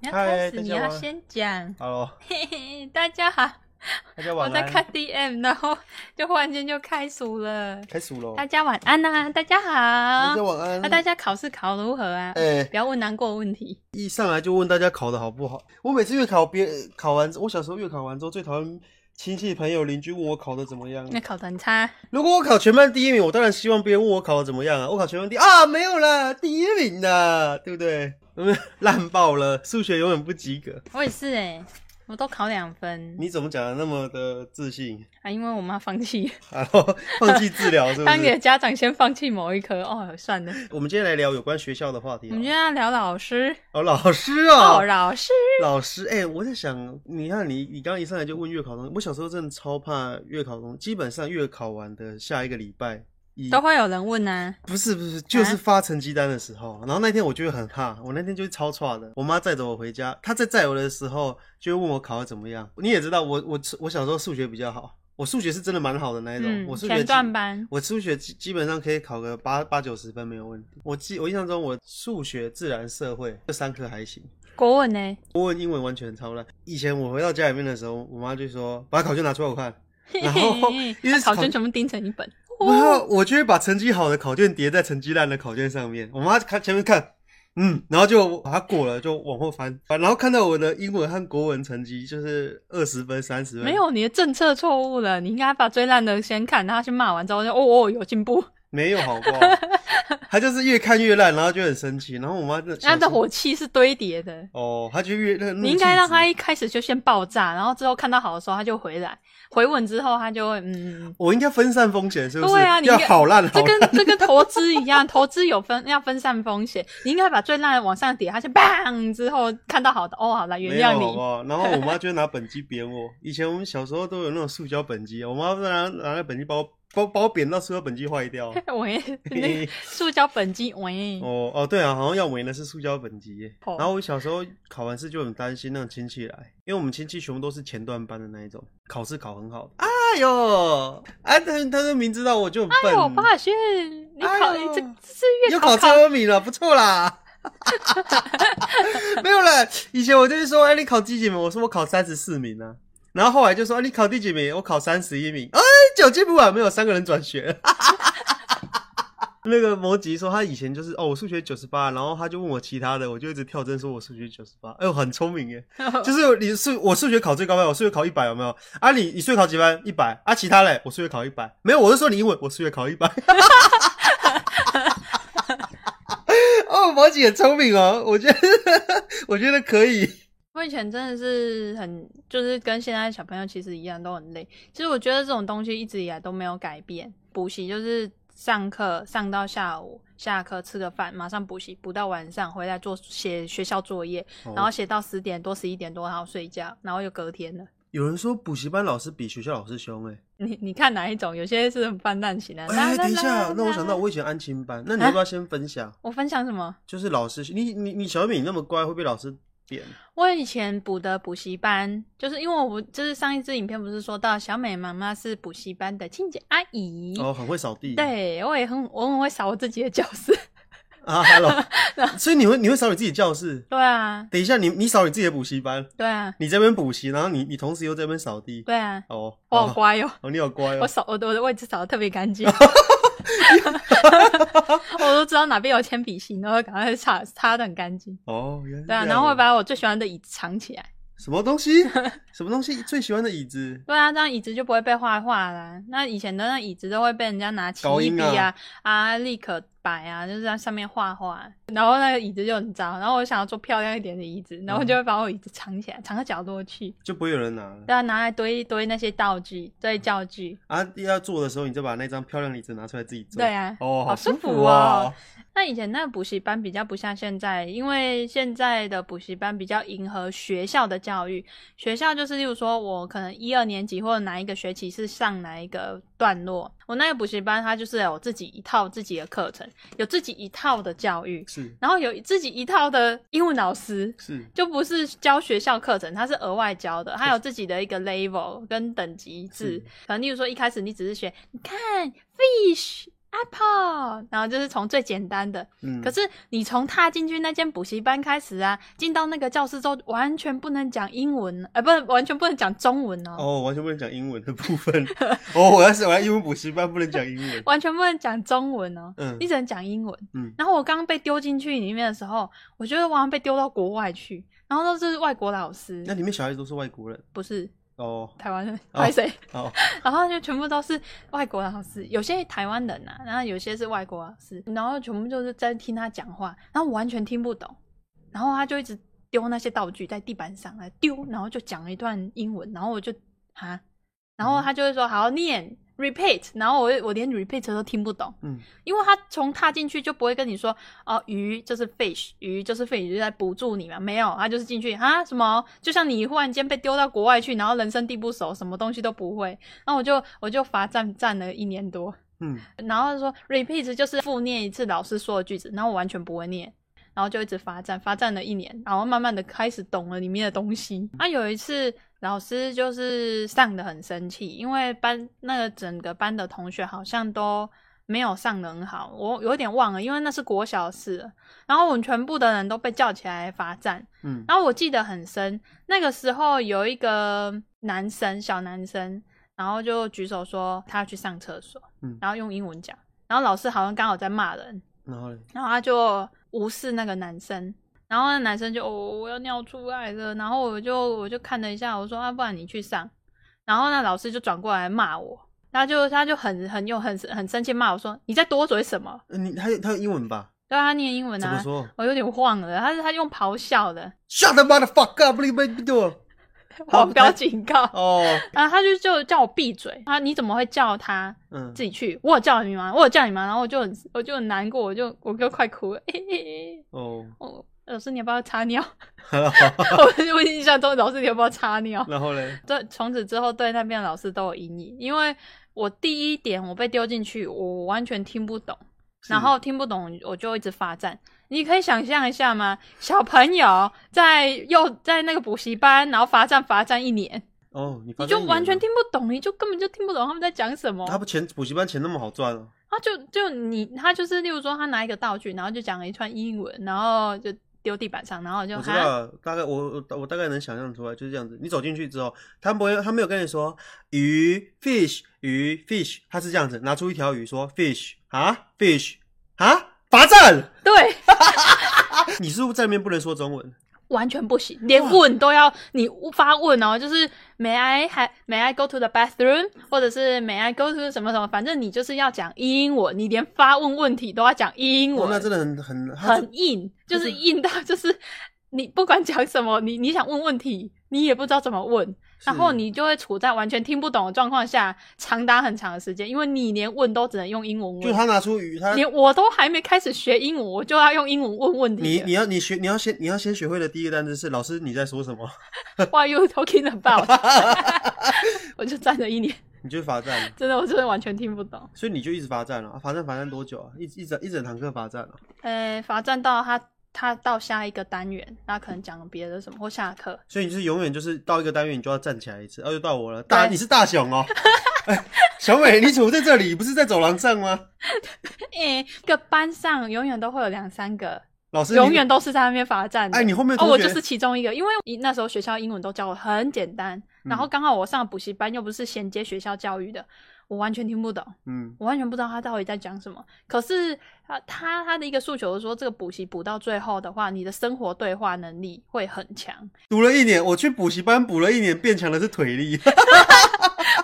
你要嗨开始，哎大你家要晚先讲。 Hello，嘿嘿，大家好，大家我晚在安。看 DM，然后就忽然间就开除了。开始喽。大家晚安呐、大家哦大家好。晚安。那、大家考试考如何啊？哎、不要问难过问题。一上来就问大家考的好不好。我每次月考别考完，我小时候月考完之后最讨厌亲戚朋友邻居问我考的怎么样。那考得很差，如果我考全班第一名，我当然希望别人问我考的怎么样啊。我考全班第啊没有啦，第一名啦，对不对？嗯，烂爆了，数学永远不及格。我也是哎、我都考两分你怎么讲的那么的自信？ 啊，因为我妈放弃，然后放弃治疗是啊不当你的是？家长先放弃某一科哦，算了。我们今天来聊有关学校的话题我啊们。今天要聊老师哦，老师哦，老师 老师，哎、我在想，你看你，你刚刚一上来就问月考东西，我小时候真的超怕月考东西。基本上月考完的下一个礼拜，一都会啊有人问啊。不是不是，就是发成绩单的时候。然后那天我就会很怕，我那天就是超差的。我妈载着我回家，她在载我的时候就会问我考的怎么样。你也知道，我我我小时候数学比较好，我数学是真的蛮好的那一种，嗯我，数学前基段班我数学基基本上可以考个八八九十分没有问题。我记我印象中，我数学、自然、社会这三科还行。国文欸呢、国文、英文完全超烂。以前我回到家里面的时候，我妈就说：“把考卷拿出来我看。”然后因为他考卷全部钉成一本。然后我就会把成绩好的考卷叠在成绩烂的考卷上面。我妈看前面看，嗯，然后就把它过了，就往后翻，然后看到我的英文和国文成绩就是二十分、三十分，没有，你的政策错误了。你应该把最烂的先看，然后去骂完之后就哦哦有进步，没有好不好？ 她就是越看越烂，然后就很生气。然后我妈就他的火火气是堆叠的。哦，她就越那个怒你应该气让值他一开始就先爆炸，然后之后看到好的时候他就回来，回稳之后他就会嗯， 嗯我应该分散风险，是不是？对啊你应要该好烂好这跟烂。这跟投资一样，投资有分要分散风险，你应该把最烂的往上叠，他先 bang 之后看到好的哦好了原没有谅好不你，好？然后我妈就会拿本机扁我。 以前我们小时候都有那种塑胶本机，我妈不然拿那本机把我把我把我扁到塑胶本机 坏掉。 喂，嘿那个嘿塑胶本机喂，哦哦，对啊，好像要围的是塑胶本机耶。哦然后我小时候考完试就很担心那种亲戚来，因为我们亲戚全部都是前段班的那一种，考试考很好的。哎呦，哎、他他就明知道我就很哎笨，呦，发现你考、哎呦这这是又月考考第二名了，不错啦。 没有啦，以前我就是说，哎、你考第几名？我说我考三十四名啊。然后后来就说，哎、你考第几名？我考三十一名。哎、九进步啊，没有三个人转学。 那个摩吉说，他以前就是哦，我数学九十八，然后他就问我其他的，我就一直跳针说我数学九十八。哎呦，很聪明耶，就是你数我数学考最高分，我数学考一百有没有？啊你，你数学考几分？一百啊，其他嘞，我数学考一百，没有，我是说你英文，我数学考一百。 哦，毛姐很聪明哦，我觉得我觉得可以。我以前真的是很，就是跟现在的小朋友其实一样都很累。其实我觉得这种东西一直以来都没有改变，补习就是上课上到下午，下课吃个饭，马上补习，补到晚上回来做写学校作业，然哦后写到十点多、十一点多，然后睡觉，然后又隔天了。 有人说补习班老师比学校老师凶哎、你你看哪一种？有些是很泛滥型的。哎、啦等一下，那我想啦到，啦啦我以前安亲班，那啊你要不要先分享？我分享什么？就是老师，你你你小米你那么乖，会被老师点？我以前补的补习班，就是因为我不就是上一支影片不是说到小美妈妈是补习班的清洁阿姨哦，很会扫地。对，我也很我很会扫我自己的教室。啊，Hello，所 以你会你会扫你自己教室？对啊，等一下，你你扫你自己的补习班，对啊，你这边补习，然后你你同时又在那边扫地。对啊，哦，我好哦乖哦。哦，你好乖我哦。扫我的我的位置扫的特别干净， 我都知道哪边有铅笔芯，然后赶快擦擦的很干净。哦，原来是对啊，这然后样会把我最喜欢的椅子藏起来。什么东西？什么东西最喜欢的椅子？对啊，这样椅子就不会被画画啦。那以前的那椅子都会被人家拿起高一音笔啊啊啊立可白啊，就是在上面画画。然后那个椅子就很糟，然后我想要做漂亮一点的椅子，然后就会把我椅子藏起来，藏到角落去。就不会有人拿了。对啊，拿来堆一堆那些道具，堆教具。啊，要做的时候，你就把那张漂亮椅子拿出来自己做。对啊哦，好舒舒服哦哦。那以前那个补习班比较不像现在，因为现在的补习班比较迎合学校的教育。学校就是，例如说我可能一二年级或者哪一个学期是上哪一个段落，我那个补习班它就是有自己一套自己的课程，有自己一套的教育，是然后有自己一套的英文老师，是，就不是教学校课程，它是额外教的，它有自己的一个 level 跟等级制是。可能例如说一开始你只是学，你看 fish 啊 apple，然后就是从最简单的。嗯，可是你从踏进去那间补习班开始啊，进到那个教室之后，完全不能讲英文，呃，不，完全不能讲中文哦，哦，完全不能讲英文的部分。哦，我要是我要英文补习班不能讲英文。完全不能讲中文哦，嗯你只能讲英文。嗯然后我刚刚被丢进去里面的时候，我觉得我好像被丢到国外去，然后都是外国老师那，里面小孩子都是外国人。不是哦台湾人，哦拍谁？哦，然后就全部都是外国老师，有些台湾人啊，然后有些是外国老师，然后全部就是在听他讲话，然后我完全听不懂，然后他就一直丢那些道具在地板上来丢，然后就讲了一段英文，然后我就哈，然后他就会说好念 repeat，然后我我连 repeat 都听不懂，嗯因为他从踏进去就不会跟你说哦鱼就是 fish，鱼就是 fish 就是在补助你嘛，没有，他就是进去啊什么，就像你忽然间被丢到国外去，然后人生地不熟，什么东西都不会，然后我就我就罚站站了一年多，嗯，然后说 repeat 就是复念一次老师说的句子，然后我完全不会念，然后就一直罚站，罚站了一年，然后慢慢的开始懂了里面的东西。啊，有一次老师就是上的很生气，因为班那个整个班的同学好像都。没有上的很好，我有点忘了，因为那是国小的事了。然后我们全部的人都被叫起来罚站，嗯然后我记得很深，那个时候有一个男生，小男生，然后就举手说他要去上厕所，嗯然后用英文讲，然后老师好像刚好在骂人，然后嘞，然后他就无视那个男生，然后那男生就、哦、我要尿出来了，然后我就我就看了一下，我说啊，不然你去上，然后那老师就转过来骂我。他就他就很很有很很生气骂我说你在多嘴什么？呃你他有他有英文吧？对啊他念英文怎么啊，说我有点忘了，他是他用咆哮 的， ？Shut the motherfucker up, little baby. 好黄标警告。哦，啊，他就就叫我闭嘴啊！你怎么会叫他嗯自己去？我有叫你吗？我有叫你吗？然后我就很我就很难过，我就我就快哭了。 嘿嘿嘿 哦，哦，老师你要不要擦尿？ 然我我印象中老师你要不要擦 尿？后嘞，对，从此之后对那边的老师都有阴影，因为我第一点我被丢进去，我完全听不懂，是然后听不懂我就一直罚站。你可以想象一下吗？小朋友在又在那个补习班，然后罚站罚站一年，哦，你发你就生一年完全了听不懂，你就根本就听不懂他们在讲什么。他不钱补习班钱那么好赚哦。他就就你，他就是例如说，他拿一个道具，然后就讲了一串英文，然后就丢地板上，然后就我知哈道，大概我我我大概能想象出来，就是这样子。你走进去之后，他不会，他没有跟你说鱼 fish 鱼 fish，他是这样子拿出一条鱼说 fish 啊 fish 啊罚站。 对， 你是不是在那边不能说中文？完全不行，连哇问都要你发问哦，就是 May I 还 May I go to the bathroom，或者是 May I go to 什么什么，反正你就是要讲英文，你连发问问题都要讲英哇，文，哦那真的很很他很硬，就就是是硬到就是你不管讲什么，你你想问问题，你也不知道怎么问，然后是你就会处在完全听不懂的状况下，长达很长的时间，因为你连问都只能用英文就问。他拿出鱼，他连我都还没开始学英文，我就要用英文问问题你了。 你要你学你要先你要先学会的第一个单词是老师你在说什么，What are you talking about？我就站了一年，你就罚站了，真的，我真的完全听不懂。所以你就一直罚站了、啊，罚站罚站多久啊？一一整一整堂课罚站了、啊呃，罚站到他他到下一个单元，那可能讲别的什么或下课，所以你就是永远就是到一个单元你就要站起来一次，哦、又到我了，大对你是大熊哦、 哎小美你怎么在这里？不是在走廊上吗？诶、一个班上永远都会有两三个老师你永远都是在那边罚站的。哎，你后面哦，同学、我就是其中一个，因为那时候学校英文都教我很简单，嗯然后刚好我上补习班又不是衔接学校教育的，我完全听不懂，嗯我完全不知道他到底在讲什么。可是啊，他他的一个诉求是说，这个补习补到最后的话，你的生活对话能力会很 强。读了一年，我去补习班补了一年，变强的是腿力，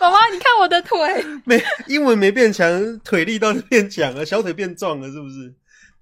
宝宝，你看我的腿，没英文没变强，腿力倒是变强了，小腿变壮了，是不是？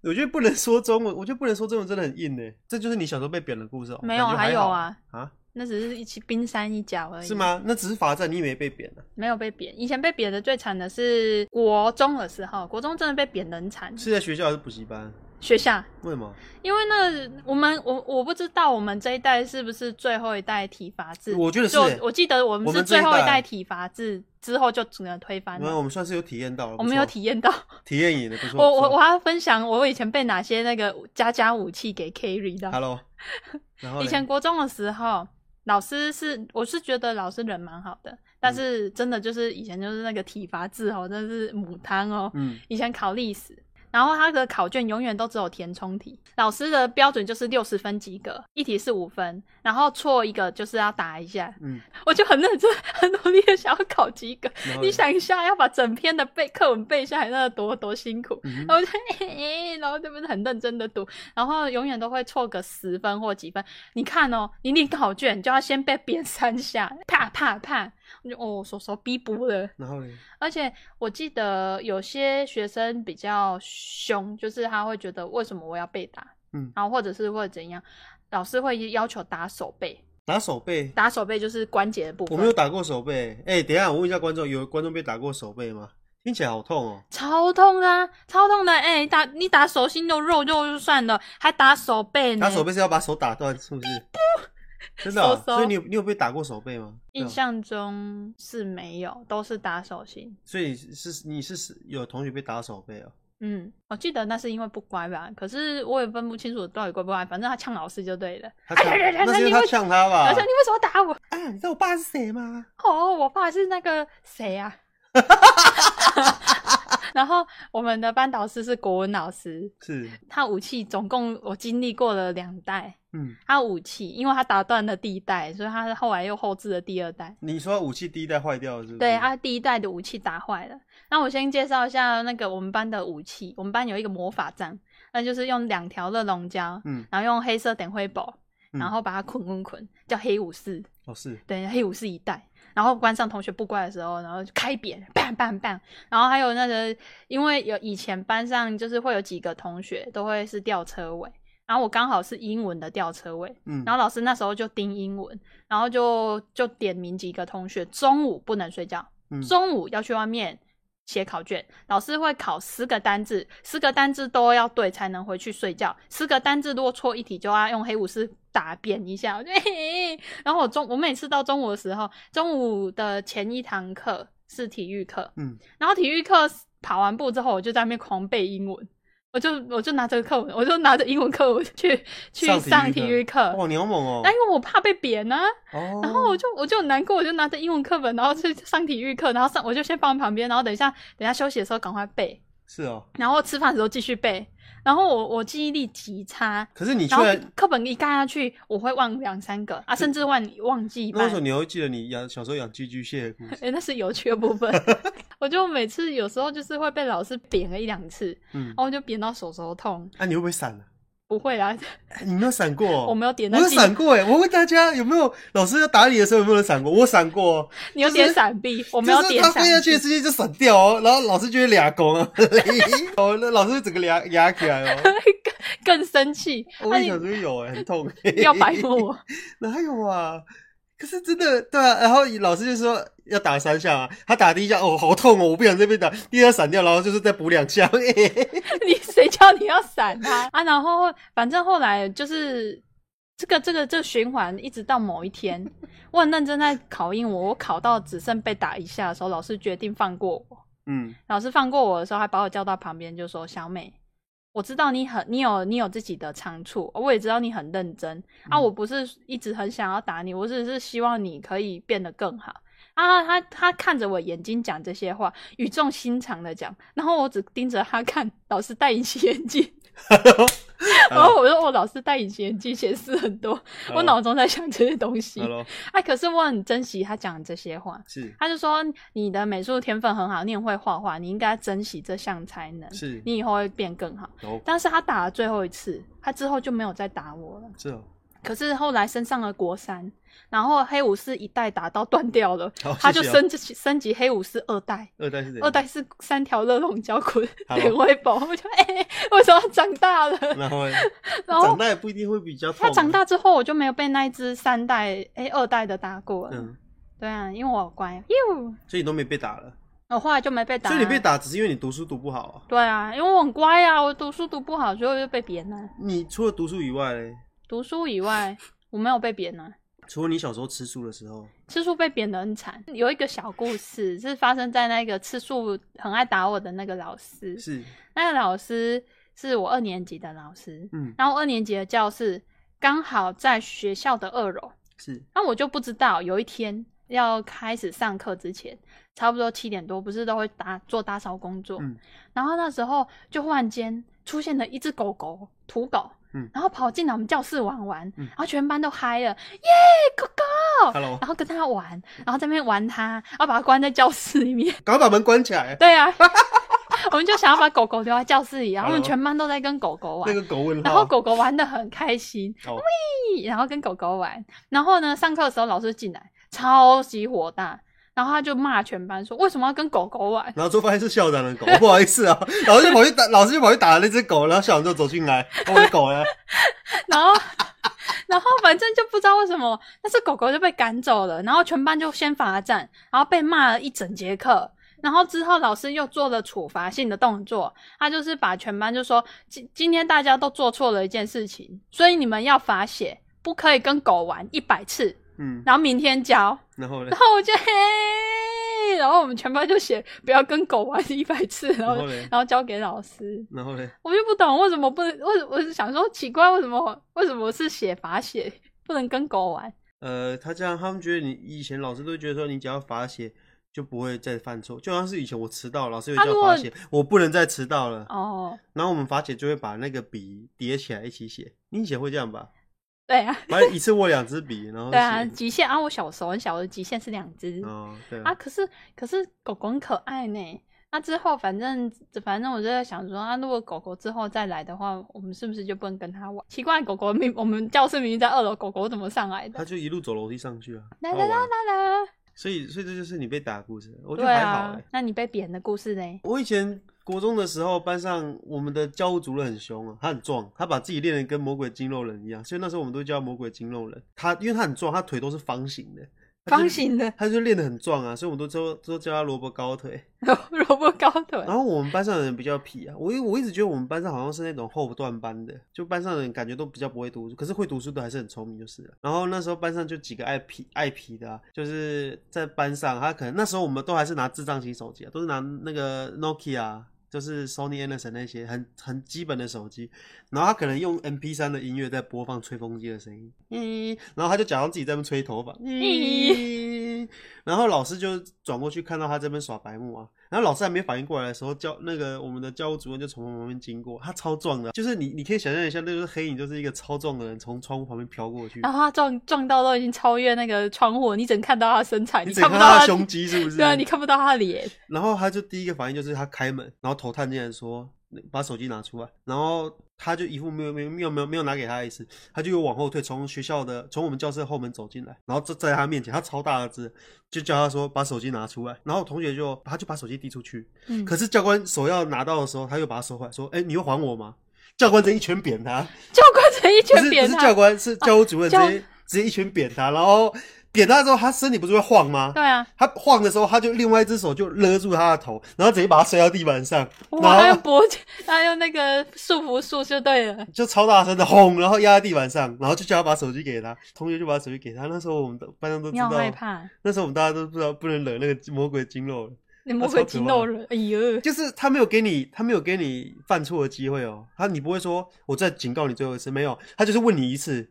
我觉得不能说中文，我觉得不能说中文真的很硬呢、这就是你小时候被贬的故事哦、没有感觉还还有好啊啊，那只是一起冰山一角而已，是？吗？那只是罚站，你也没被贬啊。没有被贬。以前被贬的最惨的是国中的时候，国中真的被贬得很惨，是在学校还是补习班？学校。为什么？因为那我们我我不知道我们这一代是不是最后一代体罚制，我觉得是、就欸，我记得我们我是们这一最后一代代体罚制之后就只能推翻没有了。我们算是有体验到了，我不没错有体验到，体验也的不错。我我我还要分享我以前被哪些那个加加武器给 carry 到。 Hello，然后嘞以前国中的时候，老师是我是觉得老师人蛮好的，嗯但是真的就是以前就是那个体罚制哦，真的是母汤哦。嗯，以前考历史，然后他的考卷永远都只有填充题，老师的标准就是六十分及格，一题是五分，然后错一个就是要打一下。嗯，我就很认真、很努力的想要考及格。然后你想一下，要把整篇的背课文背下来，那多多辛苦。嗯然后我就、嘿嘿，然后这不是很认真的读，然后永远都会错个十分或几分。你看哦，你领考卷就要先被扁三下，啪啪啪，我就哦，手手逼补了。然后嘞，而且我记得有些学生比较凶，就是他会觉得为什么我要被打，嗯然后或者是或者怎样，老师会要求打手背，打手背，打手背就是关节的部我没有分，打过手背。哎、等一下，我问一下观众，有观众被打过手背吗？听起来好痛哦、超痛啊，超痛的！哎、打你打手心都肉肉就算了，还打手背呢，打手背是要把手打断，是不是？ 真的哦、嗯手手所以你有你有被打过手背吗？印对哦，象中是没有，都是打手心。所以是你是有同学被打手背哦、嗯，我记得那是因为不乖吧，可是我也分不清楚到底乖不乖，反正他呛老师就对了。他 哎呛，呀呀呀那是因那为你他为呛他老吧师，？你为什么打我？啊，你知道我爸是谁吗？哦，我爸是那个谁呀、啊？ 然后我们的班导师是国文老师，是，他武器总共我经历过了两代。嗯，他武器，因为他打断了第一代，所以他后来又后置了第二代。你说武器第一代坏掉了是不是？对，啊他第一代的武器打坏了。那我先介绍一下那个我们班的武器，我们班有一个魔法杖，那就是用两条热熔胶，嗯，然后用黑色点灰宝，嗯然后把它捆捆捆，叫黑武士。哦是，对，黑武士一代。然后班上同学不乖的时候，然后就开扁，棒棒棒。然后还有那个，因为有以前班上就是会有几个同学都会是吊车尾，然后我刚好是英文的吊车尾，嗯，然后老师那时候就盯英文，然后就就点名几个同学，中午不能睡觉，嗯中午要去外面写考卷，老师会考十个单字，十个单字都要对才能回去睡觉。十个单字如果错一题，就要用黑武士打扁一下。我就 嘿嘿嘿然后我中我每次到中午的时候，中午的前一堂课是体育课，嗯，然后体育课跑完步之后，我就在那边狂背英文。我就我就拿着课文，我就拿着英文课文去去上体育课，哇，你好猛哦、那因为我怕被扁啊，哦，然后我就我就很难过，我就拿着英文课本，然后去上体育课，然后上我就先放旁边，然后等一下等一下休息的时候赶快背，是哦、然后吃饭的时候继续背，然后我我记忆力极差，可是你居然后然，课本一盖下去，我会忘两三个啊，甚至忘忘记一那为半什。么你会记得你养小时候养寄居蟹的故事？哎、那是有趣的部分。 我就每次有时候就是会被老师扁个一两次，嗯 然，后就扁到手手痛。啊，你会不会闪啊？不会啦，哎你没有闪过、哦？我没有点我到有记闪过哎，我问大家有没有老师要打你的时候有没有人闪过？我闪过哦，你有就是点闪避，我没有就是点他闪飞下去避的。瞬间就闪掉哦，然后老师就会俩拱 啊，哦，那老师会整个俩压起来 哎哦。更生气，我那也你小时候有哎，很痛。要白目我。哪有啊？可是真的对啊，然后老师就说要打三下啊，他打第一下哦，好痛哦，我不想这边打，第二闪掉，然后就是再补两下。 你谁叫你要闪他啊？然后反正后来就是这个这个这个循环，一直到某一天，我很认真在考英文，我考到只剩被打一下的时候，老师决定放过我。嗯老师放过我的时候，还把我叫到旁边，就说：“小美，我知道你很，你有你有自己的长处，我也知道你很认真啊。嗯我不是一直很想要打你，我只是希望你可以变得更好。”啊，他他看着我眼睛讲这些话，语重心长的讲，然后我只盯着他看，老师戴隐形眼镜，然后我说我老师戴隐形眼镜显示很多，哦我脑中在想这些东西， Hello，哎、可是我很珍惜他讲的这些话，是他就说你的美术天分很好，你很会画画，你应该珍惜这项才能，是，你以后会变更好。有但是他打了最后一次，他之后就没有再打我了。是哦，可是后来升上了国三，然后黑武士一代打到断掉了，好他就谢谢哦升级升级黑武士二代。二代是谁？二代是三条热熔胶滚好脸 微薄，我就哎、为什么他长大了？然后嘞然长后大也不一定会比较痛。啊他长，大之后，我就没有被那一只三代哎、二代的打过了。嗯，对啊，因为我好乖，哟，所以你都没被打了。我后来就没被打啊。所以你被打只是因为你读书读不好啊。对啊，因为我很乖啊，我读书读不好，所以我就被扁了。你除了读书以外嘞，读书以外，我没有被扁了。除了你小时候吃书的时候，吃素被扁得很惨，有一个小故事是发生在那个吃素很爱打我的那个老师，是那个老师是我二年级的老师，嗯然后二年级的教室刚好在学校的二楼，是那我就不知道有一天。要开始上课之前，差不多七点多，不是都会打做打扫工作，嗯然后那时候就忽然间出现了一只狗狗，土狗。嗯然后跑进来我们教室玩玩，嗯然后全班都嗨了，耶，狗狗， ，Hello，然后跟它玩，然后在那边玩它，然后把它关在教室里面。 赶快把门关起来。对啊， 我们就想要把狗狗留在教室里，然后我们 Hello 全班都在跟狗狗玩那，个狗问然后号，狗狗玩的很开心，哦喂，然后跟狗狗玩，然后呢，上课的时候老师进来，超级火大，然后他就骂全班说为什么要跟狗狗玩？ 然后最后发现是校长的狗， 不好意思啊，老师就跑去打，老师就跑去打了那只狗，然后校长就走进来，哦我的狗呢？然后， 然后反正就不知道为什么，那只狗狗就被赶走了，然后全班就先罚站，然后被骂了一整节课。然后之后老师又做了处罚性的动作，他就是把全班就说今今天大家都做错了一件事情，所以你们要罚写，不可以跟狗玩一百次， 嗯，然后明天交。然后呢然？后我就嘿，然后我们全班就写不要跟狗玩一百次，然然后后嘞，然后交给老师。然后嘞，我就不懂为什么不能，为我是想说奇怪，为什么为什么是写罚写不能跟狗玩？呃，他这样，他们觉得你以前老师都会觉得说，你只要罚写就不会再犯错，就好像是以前我迟到，老师有他叫如我果罚写，我不能再迟到了，哦，然后我们罚写就会把那个笔叠起来一起写，你以前会这样吧？对啊，反正一次握两支笔，然后对啊，写极限啊，我小时候很小的极限是两只、哦，对啊，，可是可是狗狗很可爱呢。那之后反正反正我就在想说，啊，如果狗狗之后再来的话，我们是不是就不能跟它玩？奇怪，狗狗明我们教室明明在二楼，狗狗怎么上来的他？就一路走楼梯上去啊，来好来来玩来来。所以所以这就是你被打的故事，我觉对得还好啊哎、，那你被扁的故事呢？我以前国中的时候，班上我们的教务主任很凶啊，他很壮，他把自己练得跟魔鬼筋肉人一样，所以那时候我们都叫他魔鬼筋肉人。他因为他很壮，他腿都是方形的，他就方，形 的他就练得很壮啊，所以我们都都都叫他萝卜高腿。萝卜糕腿然，后我们班上的人比较痞啊，我一我一直觉得我们班上好像是那种后段班的，就班上的人感觉都比较不会读书，可是会读书的还是很聪明就是了。然后那时候班上就几个爱痞爱痞的、啊，就是在班上他可能那时候我们都还是拿智障型手机啊，都是拿那个 Nokia。就是 Sony Ericsson 那些很很基本的手机，然后他可能用 MP 3的音乐在播放吹风机的声音，咦，然后他就假装自己在那边吹头发，咦，然后老师就转过去看到他这边耍白目啊，然后老师还没反应过来的时候，教那个我们的教务主任就从我们旁边经过，他超壮的，啊就是你你可以想象一下，那就是黑影就是一个超壮的人从窗户旁边飘过去，然后他撞撞到都已经超越那个窗户，你只能看到他的身材，你只看能不看到他到他胸，肌是不是？对啊，你看不到他的脸。然后他就第一个反应就是他开门，然后头探进来说把手机拿出来，然后他就一副没有没有没有没有没有拿给他的意思，他就又往后退，从学校的从我们教室的后门走进来，然后就在他面前，他超大的只，就叫他说把手机拿出来，然后同学就他就把手机递出去，嗯，可是教官手要拿到的时候，他又把他收回来，说：“哎、你又还我吗？”教官直接一拳扁他，教官这一不拳是不扁是他哦教，官，是教务主任直教接、直接一拳扁他，然后扁他之后，他身体不是会晃吗？ 对啊，他晃的时候，他就另外一只手就勒住他的头，然后直接把他摔到地板上，哇，他然用后脖子，他用那个束缚术就对了。就超大声的轰，然后压在地板上，然后就叫他把手机给他，同学就把手机给他。那时候我们的班上都知你好道，害怕，那时候我们大家都不知道不能惹那个魔鬼筋肉了。你魔鬼肌肉人，哎 呦，就是他没有给你，他没有给你犯错的机会哦。他你不会说我再警告你最后一次，没有，他就是问你一次，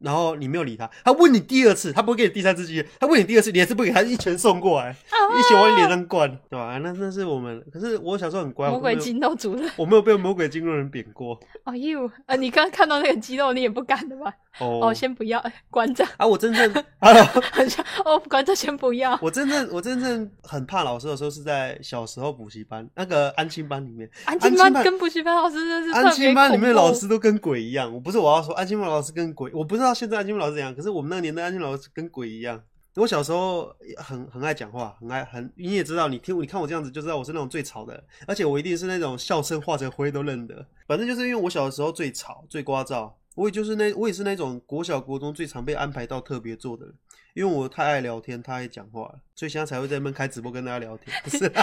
然后你没有理他，他问你第二次，他不会给你第三次机会，他问你第二次，你还是不给他一拳送过来，啊一拳往你脸上灌，对吧、那那是我们，可是我小时候很乖，魔鬼我没有肌肉主任，我没有被魔鬼筋肉人扁过哎呦，呃，你刚刚看到那个肌肉，你也不敢的吧？哦。哦，先不要，关着， 啊，我真正，Hello，很像哦，关着先不要。我真正我真正很怕老师的时候是在小时候补习班那个安亲班里面，安亲亲班班跟补习班老师真的是安特别亲班里面的恐怖老师都跟鬼一样，我不是我要说安亲班老师跟鬼，我不知道现在安亲班老师怎样，可是我们那个年代安亲班老师跟鬼一样。我小时候很很爱讲话，很爱很，你也知道，你听我你看我这样子就知道我是那种最吵的，而且我一定是那种笑声化成灰都认得。反正就是因为我小的时候最吵最聒噪，我也就是那我也是那种国小国中最常被安排到特别座的人，因为我太爱聊天，太爱讲话了，所以现在才会在那边开直播跟大家聊天。不是、 啊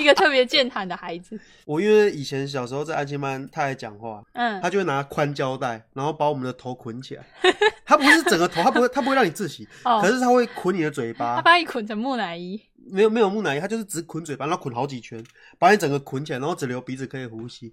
一个特别健谈的孩子， 我因为以前小时候在安亲班太爱讲话，嗯他，就会拿宽胶带，然后把我们的头捆起来。他不是整个头，他不会，他不会让你窒息，哦可是他会捆你的嘴他巴，把你捆成木乃伊，没有没有木乃伊，他就是只捆嘴巴，然后捆好几圈，把你整个捆起来，然后只留鼻子可以呼吸。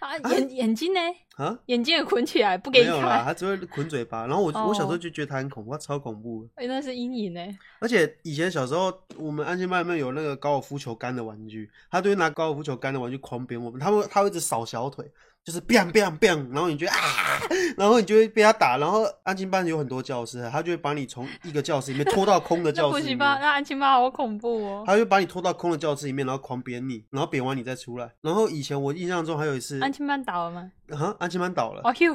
啊，眼眼睛呢？啊，眼睛也捆起来，不没给你有啦，看，他只会捆嘴巴。然后我、我小时候哦就觉得他很恐怖，他超恐怖的。哎、那是阴影呢、而且以前小时候，我们安亲班里面有那个高尔夫球杆的玩具，他都会拿高尔夫球杆的玩具狂扁我们，他会他会一直扫小腿，就是 biang biang biang，然后你就啊， 然后你就会被他打，然后安亲班有很多教室，他就会把你从一个教室里面拖到空的那教补室里习班，面。那安亲班好恐怖哦、他就把你拖到空的教室里面，然后狂扁你，然后扁完你再出来。然后以前我印象中还有一次，安亲班倒了吗？啊，安亲班倒了，哦呦，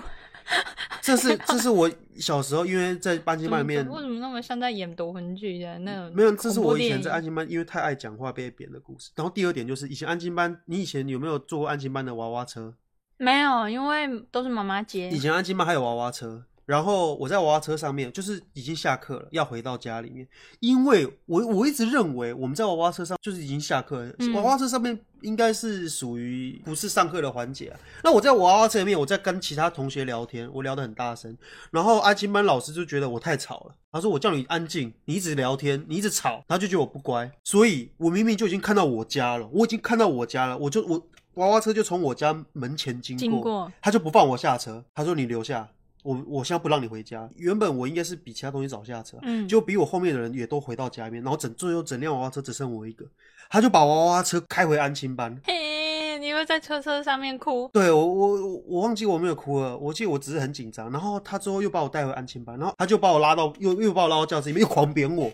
这是这是我小时候因为在安亲怎班么里 面怎么为什么那么像在演夺魂剧的那种？没有，这是我以前在安安。亲班，因为太爱讲话被贬的故事。然后第二点就是，以前安亲班，你以前有没有坐过安亲班的娃娃车？没有，因为都是妈妈接以。前安亲班还有娃娃车，然后我在娃娃车上面，就是已经下课了，要回到家里面，因为我我一直认为我们在娃娃车上就是已经下课了，嗯娃娃车上面应该是属于不是上课的环节啊。那我在娃娃车里面，我在跟其他同学聊天，我聊得很大声，然后安亲班老师就觉得我太吵了，他说我叫你安静，你一直聊天，你一直吵，他就觉得我不乖，所以我明明就已经看到我家了，我已经看到我家了，我就我娃娃车就从我家门前经过，经过他就不放我下车，他说你留下，我我现在不让你回家。原本我应该是比其他同学早下车，嗯，就比我后面的人也都回到家里面，然后整最后整辆娃娃车只剩我一个，他就把娃娃车开回安亲班。嘿，你会在车车上面哭？对我我我忘记我没有哭了，我记得我只是很紧张。然后他之后又把我带回安亲班，然后他就把我拉到又又把我拉到教室里面，又狂扁我。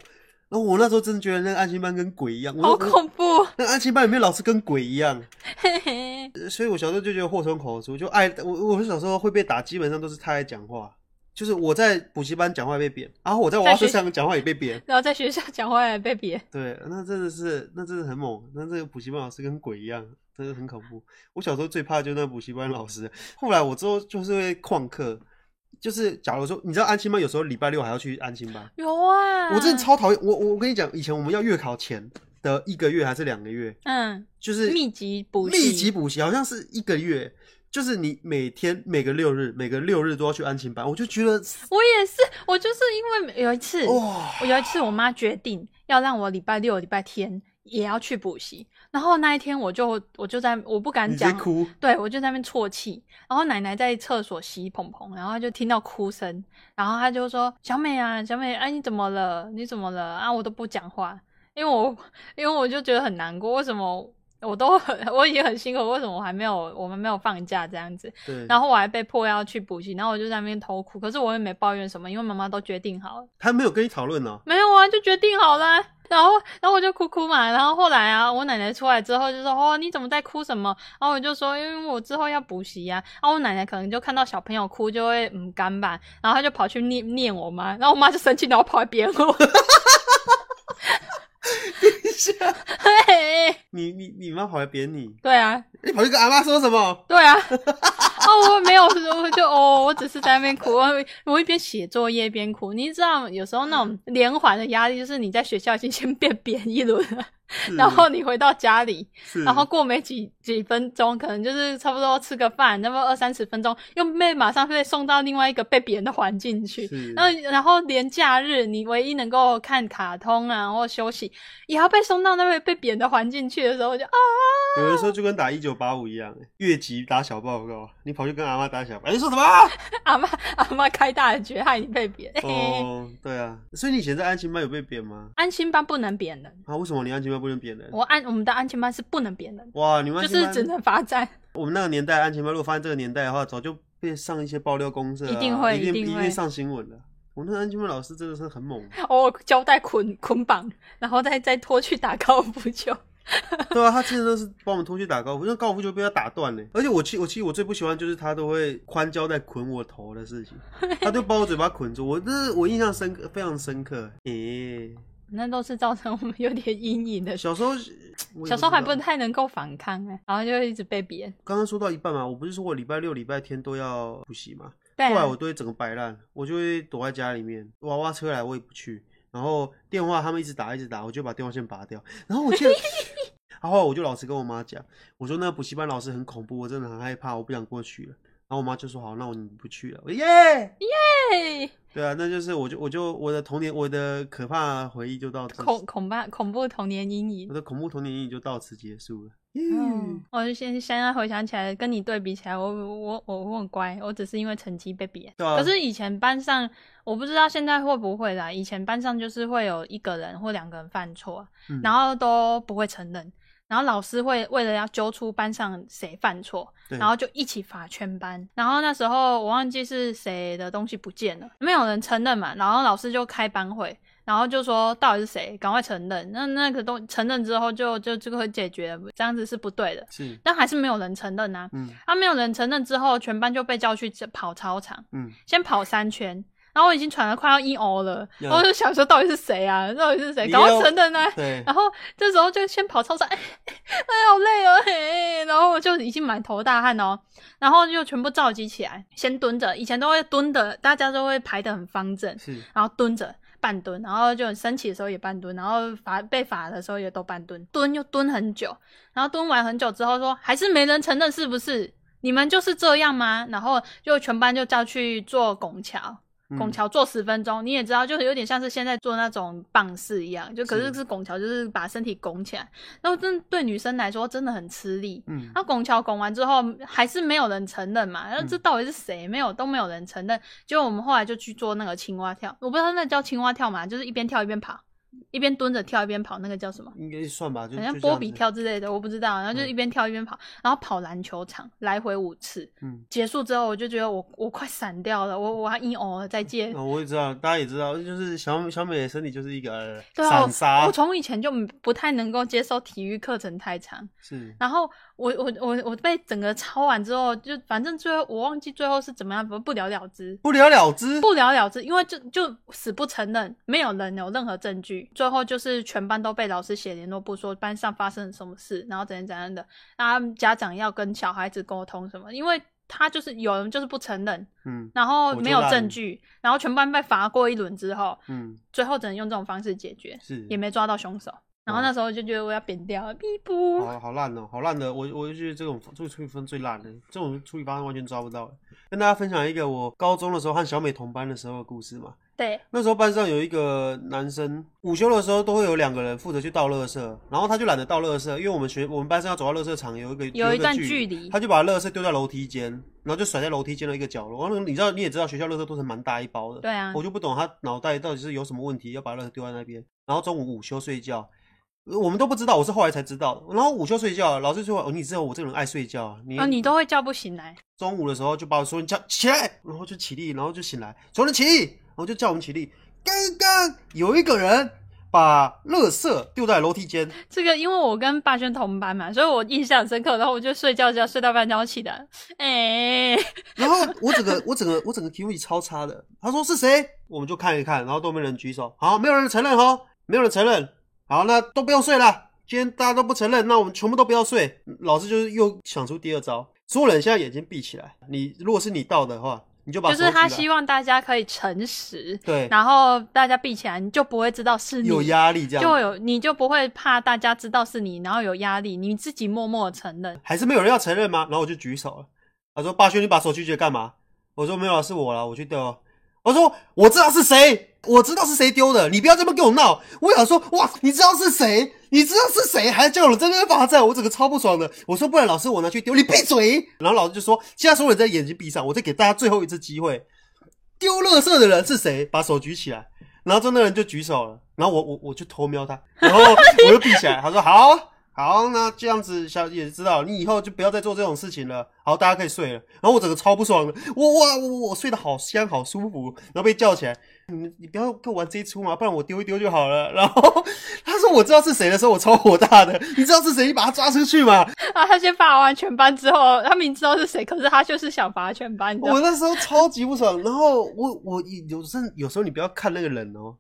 然后我那时候真的觉得那个安亲班跟鬼一样，我好我恐怖！那个安亲班里面老师跟鬼一样。嘿嘿，呃所以我小时候就觉得祸从口出，就爱我我小时候会被打，基本上都是太爱讲话。就是我在补习班讲话也被贬，然后我在娃娃车上讲话也被贬。然后在学校讲话也被 别。对，那真的是，那真的很猛。那这个补习班老师跟鬼一样，真的很恐怖。我小时候最怕就是那补习班老师。后来我之后就是会旷课，就是假如说你知道安亲班有时候礼拜六还要去安亲班，有啊，我真的超讨厌。我我跟你讲，以前我们要月考前的一个月还是两个月，嗯就是密集补习，密集补习好像是一个月，就是你每天每个六日，每个六日都要去安亲班，我就觉得我也是，我就是因为有一次，哇，我有一次我妈决定要让我礼拜六、礼拜天也要去补习，然后那一天我就我就在我不敢你直接讲，哭，对我就在那边啜泣，然后奶奶在厕所洗蓬蓬，然后她就听到哭声，然后她就说：“小美啊，小美，哎、你怎么了？你怎么了？啊，我都不讲话，因为我因为我就觉得很难过，为什么？”我都很， 我已经很辛苦，为什么我还没有，我们没有放假这样子？对，然后我还被迫要去补习，然后我就在那边偷哭，可是我也没抱怨什么，因为妈妈都决定好了。他没有跟你讨论哦，没有啊，就决定好啦。然后，然后我就哭哭嘛。然后后来啊，我奶奶出来之后就说：“哦，你怎么在哭什么？”然后我就说：“因为我之后要补习呀、啊。”然后我奶奶可能就看到小朋友哭，就会嗯干吧，然后她就跑去念念我妈，然后我妈就生气，然后跑来扁我。 对，你你你妈跑来扁你，对啊，你跑去跟阿妈说什么？对啊。哦，我没有，我就哦，我只是在那边哭，我我一边写作业一边哭。你知道，有时候那种嗯连环的压力，就是你在学校已经先被扁一轮了，是然后你回到家里，是然后过没几几分钟，可能就是差不多吃个饭，那么二三十分钟，又被马上被送到另外一个被别人的环境去。是然后，然后连假日你唯一能够看卡通啊，或休息，也要被送到那个被别人的环境去的时候，我就啊，有的时候就跟打一九八五一样，欸越级打小报告，你跑去跟阿妈打小报，哎，你说什么？阿妈阿妈开大的绝害你被 扁。哦，对啊，所以你以前在安亲班有被贬吗？安心班不能扁人，啊，为什么你安亲班不能扁人？我安我们的安心班是不能扁人，哇，你们就安亲是班只能罚站。 我们那个年代安全班，如果放在这个年代的话，早就被上一些爆料公社、啊，一定会一定一定会上新闻了。我那个安全班老师真的是很猛，哦，胶带捆捆绑，然后再再拖去打高尔夫球。 对啊，他之前都是把我们拖去打高尔夫，那高尔夫球被他打断嘞。而且我其我其实我最不喜欢就是他都会宽胶带捆我头的 事情，他就把我嘴巴捆住，我这是我印象深刻，非常深刻。诶、那都是造成我们有点阴影的。小时候我也小时候还知不道太能够反抗哎、然后就一直被扁。刚刚说到一半嘛，我不是说我礼拜六、礼拜天都要补习嘛，对啊、后来我都会整个摆烂，我就会躲在家里面，娃娃车来我也不去，然后电话他们一直打一直打，我就把电话线拔掉，然后我 记得，然后我就老实跟我妈讲，我说那个补习班老师很恐怖，我真的很害怕，我不想过去了。然后我妈就说好，那我你不去了，我耶 嘿，对啊，那就是我就我就我的童年，我的可怕回忆就到这，恐恐怕恐怖童年阴影我。的恐怖童年阴影就到此结束了。耶嗯，我就现现在回想起来，跟你对比起来，我我我我很乖，我只是因为成绩被贬。对啊，可是以前班上，我不知道现在会不会啦。以前班上就是会有一个人或两个人犯错，啊嗯然后都不会承认，然后老师会为了要揪出班上谁犯错，对然后就一起罚全班。然后那时候我忘记是谁的东西不见了，没有人承认嘛，然后老师就开班会。然后就说到底是谁，赶快承认。那那个东承认之后就就就会解决了，这样子是不对的。是但还是没有人承认啊。嗯啊，没有人承认之后，全班就被叫去跑操场。嗯，先跑三圈，然后我已经喘了快要一欧了，嗯然后就想说到底是谁啊？到底是谁？你赶快又承认啊！对然后这时候就先跑操场，哎，好累哦，嘿，然后我就已经满头大汗哦，然后就全部召集起来，先蹲着，以前都会蹲的，大家都会排得很方正，是然后蹲着半蹲，然后就升旗的时候也半蹲，然后罚被罚的时候也都半蹲，蹲又蹲很久，然后蹲完很久之后说还是没人承认是不是？你们就是这样吗？然后就全班就叫去做拱桥，拱嗯桥做十分钟，你也知道，就是有点像是现在做那种棒式一样，就可是是是拱桥，就是把身体拱起来，然后真的对女生来说真的很吃力，嗯那拱桥拱完之后，还是没有人承认嘛？那嗯这到底是谁？没有，都没有人承认。结果我们后来就去做那个青蛙跳，我不知道那叫青蛙跳嘛，就是一边跳一边跑，一边蹲着跳一边跑，那个叫什么？应该算吧，就好像嗯就这波样比子跳之类的，我不知道。然后就嗯一边跳一边跑，然后跑篮球场来回五次。嗯。结束之后，我就觉得我我快散掉了，我我要硬呕了，再见。哦，我也知道，大家也知道，就是小小美的身体就是一个呃对啊，散我沙我，从以前就不太能够接受体育课程太长，是然后我我我我被整个抄完之后，就反正最后我忘记最后是怎么样，不不了了之，不了了之。不了了之，因为就就死不承认，没有人有任何证据。最后就是全班都被老师写联络簿，说班上发生了什么事，然后怎样怎样的，那他们家长要跟小孩子沟通什么，因为他就是有人就是不承认，嗯然后我就没有烂证据，然后全班被罚过一轮之后，嗯，最后只能用这种方式解决，是也没抓到凶手。然后哦那时候就觉得我要扁掉了，逼不。好好烂哦，好烂的，我我就觉得这种这个处理方式最烂的，这种处理方式完全抓不到。跟大家分享一个我高中的时候和小美同班的时候的故事嘛。对，那时候班上有一个男生，午休的时候都会有两个人负责去倒垃圾，然后他就懒得倒垃圾，因为我们学我们班上要走到垃圾场有一个有一段距距离他就把垃圾丢在楼梯间，然后就甩在楼梯间的一个角落。然后你知道你也知道学校垃圾都是蛮大一包的，对啊我就不懂他脑袋到底是有什么问题，要把垃圾丢在那边。然后中午午休睡觉，呃我们都不知道，我是后来才知道。然后午休睡觉，老师说：“哦，你知道我这个人爱睡觉啊，你、啊，你都会叫不醒来，中午的时候就把我说你叫起来，然后就起立，然后就醒来，所有人起立，然后就叫我们起立。刚刚有一个人把垃圾丢在楼梯间，这个因为我跟霸轩同班嘛，所以我印象深刻。然后我就睡觉觉睡到半觉起来，哎、然后我整个我整个我整个体力超差的。他说是谁？我们就看一看，然后都没人举手。好，没有人承认哦，没有人承认。好，那都不用睡了。今天大家都不承认，那我们全部都不要睡。嗯老师就是又想出第二招，所有人现在眼睛闭起来。你如果是你到的话，你就把就是他手举希来望大家可以诚实，对然后大家闭起来，你就不会知道是你，有压力啊这样就有你就不会怕大家知道是你，然后有压力，你自己默默地承认。还是没有人要承认吗？然后我就举手了。他说：“霸轩，你把手举起来干嘛？”我说：“没有啊，是我啦，我去丢啊。”我说：“我知道是谁，我知道是谁丢的，你不要这么跟我闹。”我想说：“哇，你知道是谁？你知道是谁？还叫我在那边罚站，我整个超不爽的。”我说：“不然老师，我拿去丢，你闭嘴。”然后老师就说：“现在所有人在眼睛闭上，我再给大家最后一次机会，丢垃圾的人是谁？把手举起来。”然后中那人就举手了，然后我我我就偷瞄他，然后我就闭起来。他说：“好，好，那这样子小也知道，你以后就不要再做这种事情了。好，大家可以睡了。然后我整个超不爽的，我哇我我睡得好香好舒服，然后被叫起来，你们你不要跟我玩这一出嘛，不然我丢一丢就好了。然后他说我知道是谁的时候，我超火大的，你知道是谁，你把他抓出去嘛。啊，他先罚完全班之后，他明知道是谁，可是他就是想罚全班，你知道我吗？那时候超级不爽，然后我我有时候有时候你不要看那个人哦，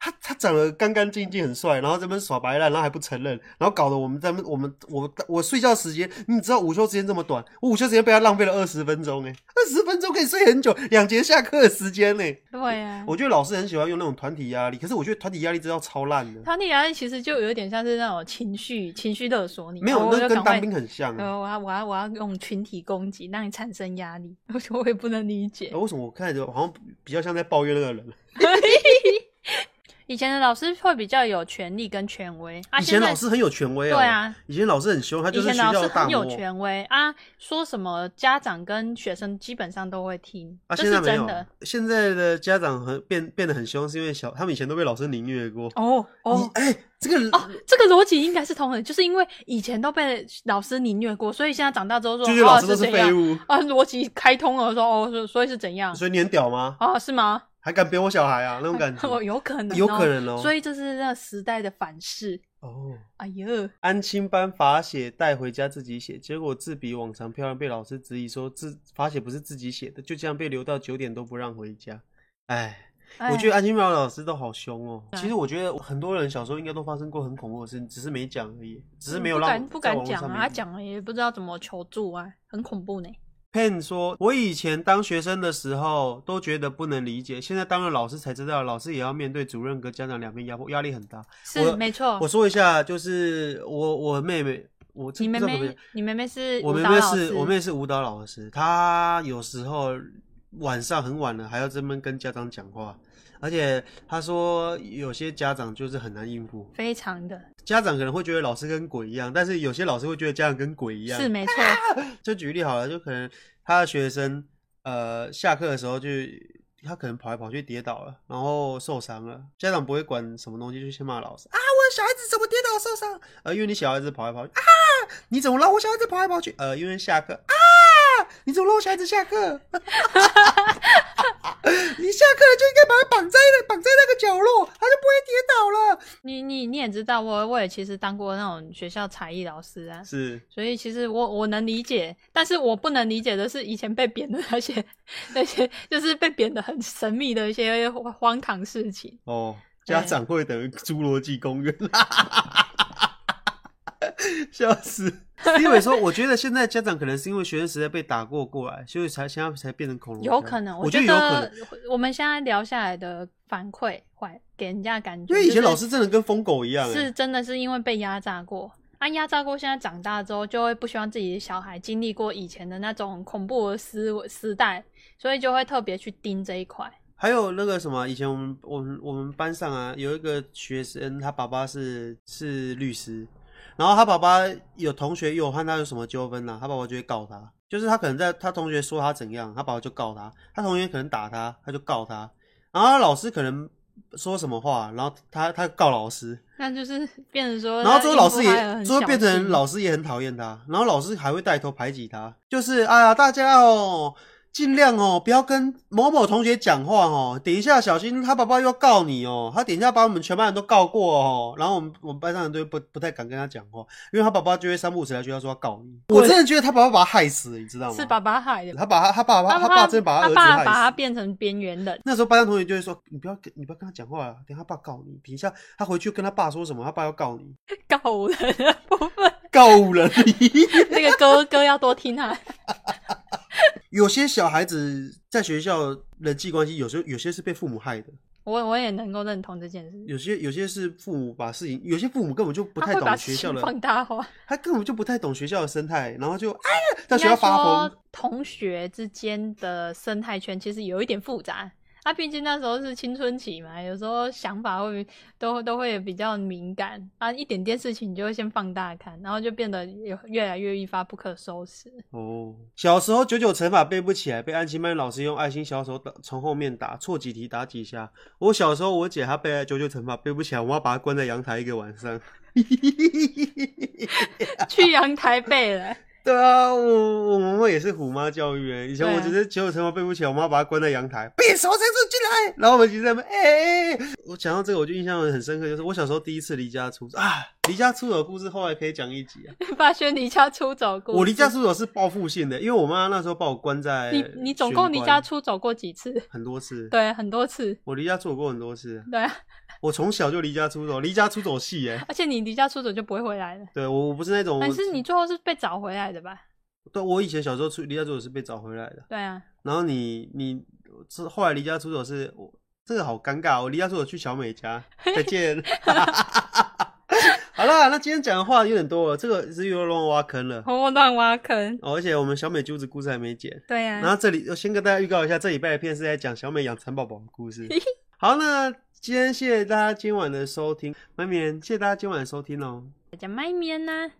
他他长得干干净净，很帅，然后这边耍白烂，然后还不承认，然后搞得我们在那边我们我我睡觉时间，你知道午休时间这么短，我午休时间被他浪费了二十分钟哎、二十分钟可以睡很久，两节下课的时间呢、对啊呀、我觉得老师很喜欢用那种团体压力，可是我觉得团体压力真的要超烂的，团体压力其实就有点像是那种情绪情绪勒索你，没然有后哦我那就跟赶快当兵很像、啊。呃，我要我要我要用群体攻击，让你产生压力， 我说我也不能理解呃。为什么我看着好像比较像在抱怨那个人？ 以前的老师会比较有权力跟权威，啊，以前现在老师很有权威对哦、啊，以前老师很凶，他以就是前学老校师的大很有魔。权威啊，说什么家长跟学生基本上都会听，啊，这现是在没真有的。现在的家长很变变得很凶，是因为小他们以前都被老师凌虐过。哦你哦。哎、这个、哦，这个逻辑应该是通的，就是因为以前都被老师凌虐过，所以现在长大之后说就觉得老师哦都是是怎样废物，啊，逻辑开通了，说哦，所所以是怎样所以你很屌吗？啊？是吗？还敢扁我小孩啊？那 种感哦，觉有可能、有可。能哦。所以这是那个时代的反噬。哦，哎呦，安亲班罚写带回家自己写，结果字比往常漂亮，被老师质疑说字罚写不是自己写的，就这样被留到九点都不让回家。哎。我觉得得安亲班老师都好凶哦。对啊其实我觉得很多人小时候应该都发生过很恐怖的事，只是没讲而已，只是没有嗯不让敢不敢讲啊，他讲讲了也不知道怎么求助啊，很恐怖呢。 Pen 说：“我以前当学生的时候都觉得不能理解，现在当了老师才知道，老师也要面对主任跟家长两边压迫，压力很大。是没错我，说一下，就是我我妹妹，我这你妹不知道可不可以妹，你妹妹是我舞妹蹈妹老是师我妹是舞蹈老师，她有时候晚上很晚了还要这么跟家长讲话，而且她说有些家长就是很难应付，非常的家长可能会觉得老师跟鬼一样，但是有些老师会觉得家长跟鬼一样。是没错，就举例好了，就可能他的学生，呃，下课的时候就他可能跑来跑去跌倒了，然后受伤了，家长不会管什么东西，就先骂老师啊，我的小孩子怎么跌倒受伤？呃，因为你小孩子跑来跑去啊，你怎么让我小孩子跑来跑去？呃，因为下课啊，你怎么让我小孩子下课？ 你下课了就应该把他绑在那绑在那个角落，他就不会跌倒了。你你你也知道，我我也其实当过那种学校才艺老师啊，是，所以其实我我能理解，但是我不能理解的是以前被贬的那些那些，就是被贬的很神秘的一些荒荒唐事情。哦，家对长会等于侏罗纪公园，笑死。 因为说，我觉得现在家长可能是因为学生时代被打过过来，所以才现在才变成恐龙。有可能，我觉觉得有可能，我们现在聊下来的反馈，还给人家的感觉，因为以就前是老师真的跟疯狗一样、是欸，真的是因为被压榨过。啊，压榨过，现在长大之后就会不希望自己的小孩经历过以前的那种恐怖的时时代，所以就会特别去盯这一块。还有那个什么，以前我们我们我们班上啊，有一个学生，他爸爸是是律师，然后他爸爸有同学有和他有什么纠纷呢、他爸爸就会告他，就是他可能在他同学说他怎样，他爸爸就告他，他同学可能打他，他就告他，然后他老师可能说什么话，然后他他告老师，那就是变成说，然后最后老那师应付他很也，最后小变成心老师也很讨厌他，然后老师还会带头排挤他，就是哎呀，大家哦，尽量哦，不要跟某某同学讲话哦，等一下小心他爸爸又要告你哦，他等一下把我们全班人都告过哦，然后我们我们班上人都不不太敢跟他讲话，因为他爸爸就会三不五时来学校说要告你，我真的觉得他爸爸把他害死了，你知道吗？是爸爸害的，他把他他爸爸他爸真的把他儿子爸害把他死。变成边缘人， 那时候班上同学就会说：“你不要跟你不要跟他讲话了，啊等一下他爸告你。等一下他回去跟他爸说什么，他爸要告你，狗人的部分，告了你。”那个哥哥要多听啊他。 有些小孩子在学校人际关系，有时候有些是被父母害的，我我也能够认同这件事，有些有些是父母把事情，有些父母根本就不他太会把懂事学校情的，放大化，他根本就不太懂学校的生态，然后就哎呀，在应学校该发疯。说同学之间的生态圈其实有一点复杂。啊，毕竟那时候是青春期嘛，有时候想法会都都会比较敏感啊，一点点事情你就会先放大看，然后就变得有越来越一发不可收拾。 哦，小时候九九乘法背不起来，被安琪班老师用爱心小手打从后面打，错几题打几下。我小时候我姐她背九九乘法背不起来，我要把她关在阳台一个晚上。去阳台背了， 对啊，我我妈妈也是虎妈教育欸。以前对啊我觉得九九乘法背不起来，我妈把她关在阳台，背什么程度进来？然后我们其实在那边，哎、哎哎我讲到这个，我就印象很深刻，就是我小时候第一次离家出走啊，离家出走的故事后来可以讲一集啊。发现离家出走过。我离家出走是报复性的，因为我妈那时候把我关在你你总共离玄关家出走过几次？很多次，对，很多次。我离家出走过很多次，对啊，我从小就离家出走，离家出走系耶、而且你离家出走就不会回来了。对我我不是那种，但我是你最后是被找回来的吧？对我以前小时候出离家出走是被找回来的，对啊，然后你你是后来离家出走是我这个好尴尬，哦我离家出走去小美家，再见。好啦，那今天讲的话有点多了，这个是又乱挖 坑了、我乱挖坑。哦，而且我们小美揪子故事还没剪。对然啊，后这里我先跟大家预告一下，这礼拜的片是在讲小美养蚕宝宝的故事。好，那今天谢谢大家今晚的收听，麦绵，谢谢大家今晚的收听哦。讲麦面呢、啊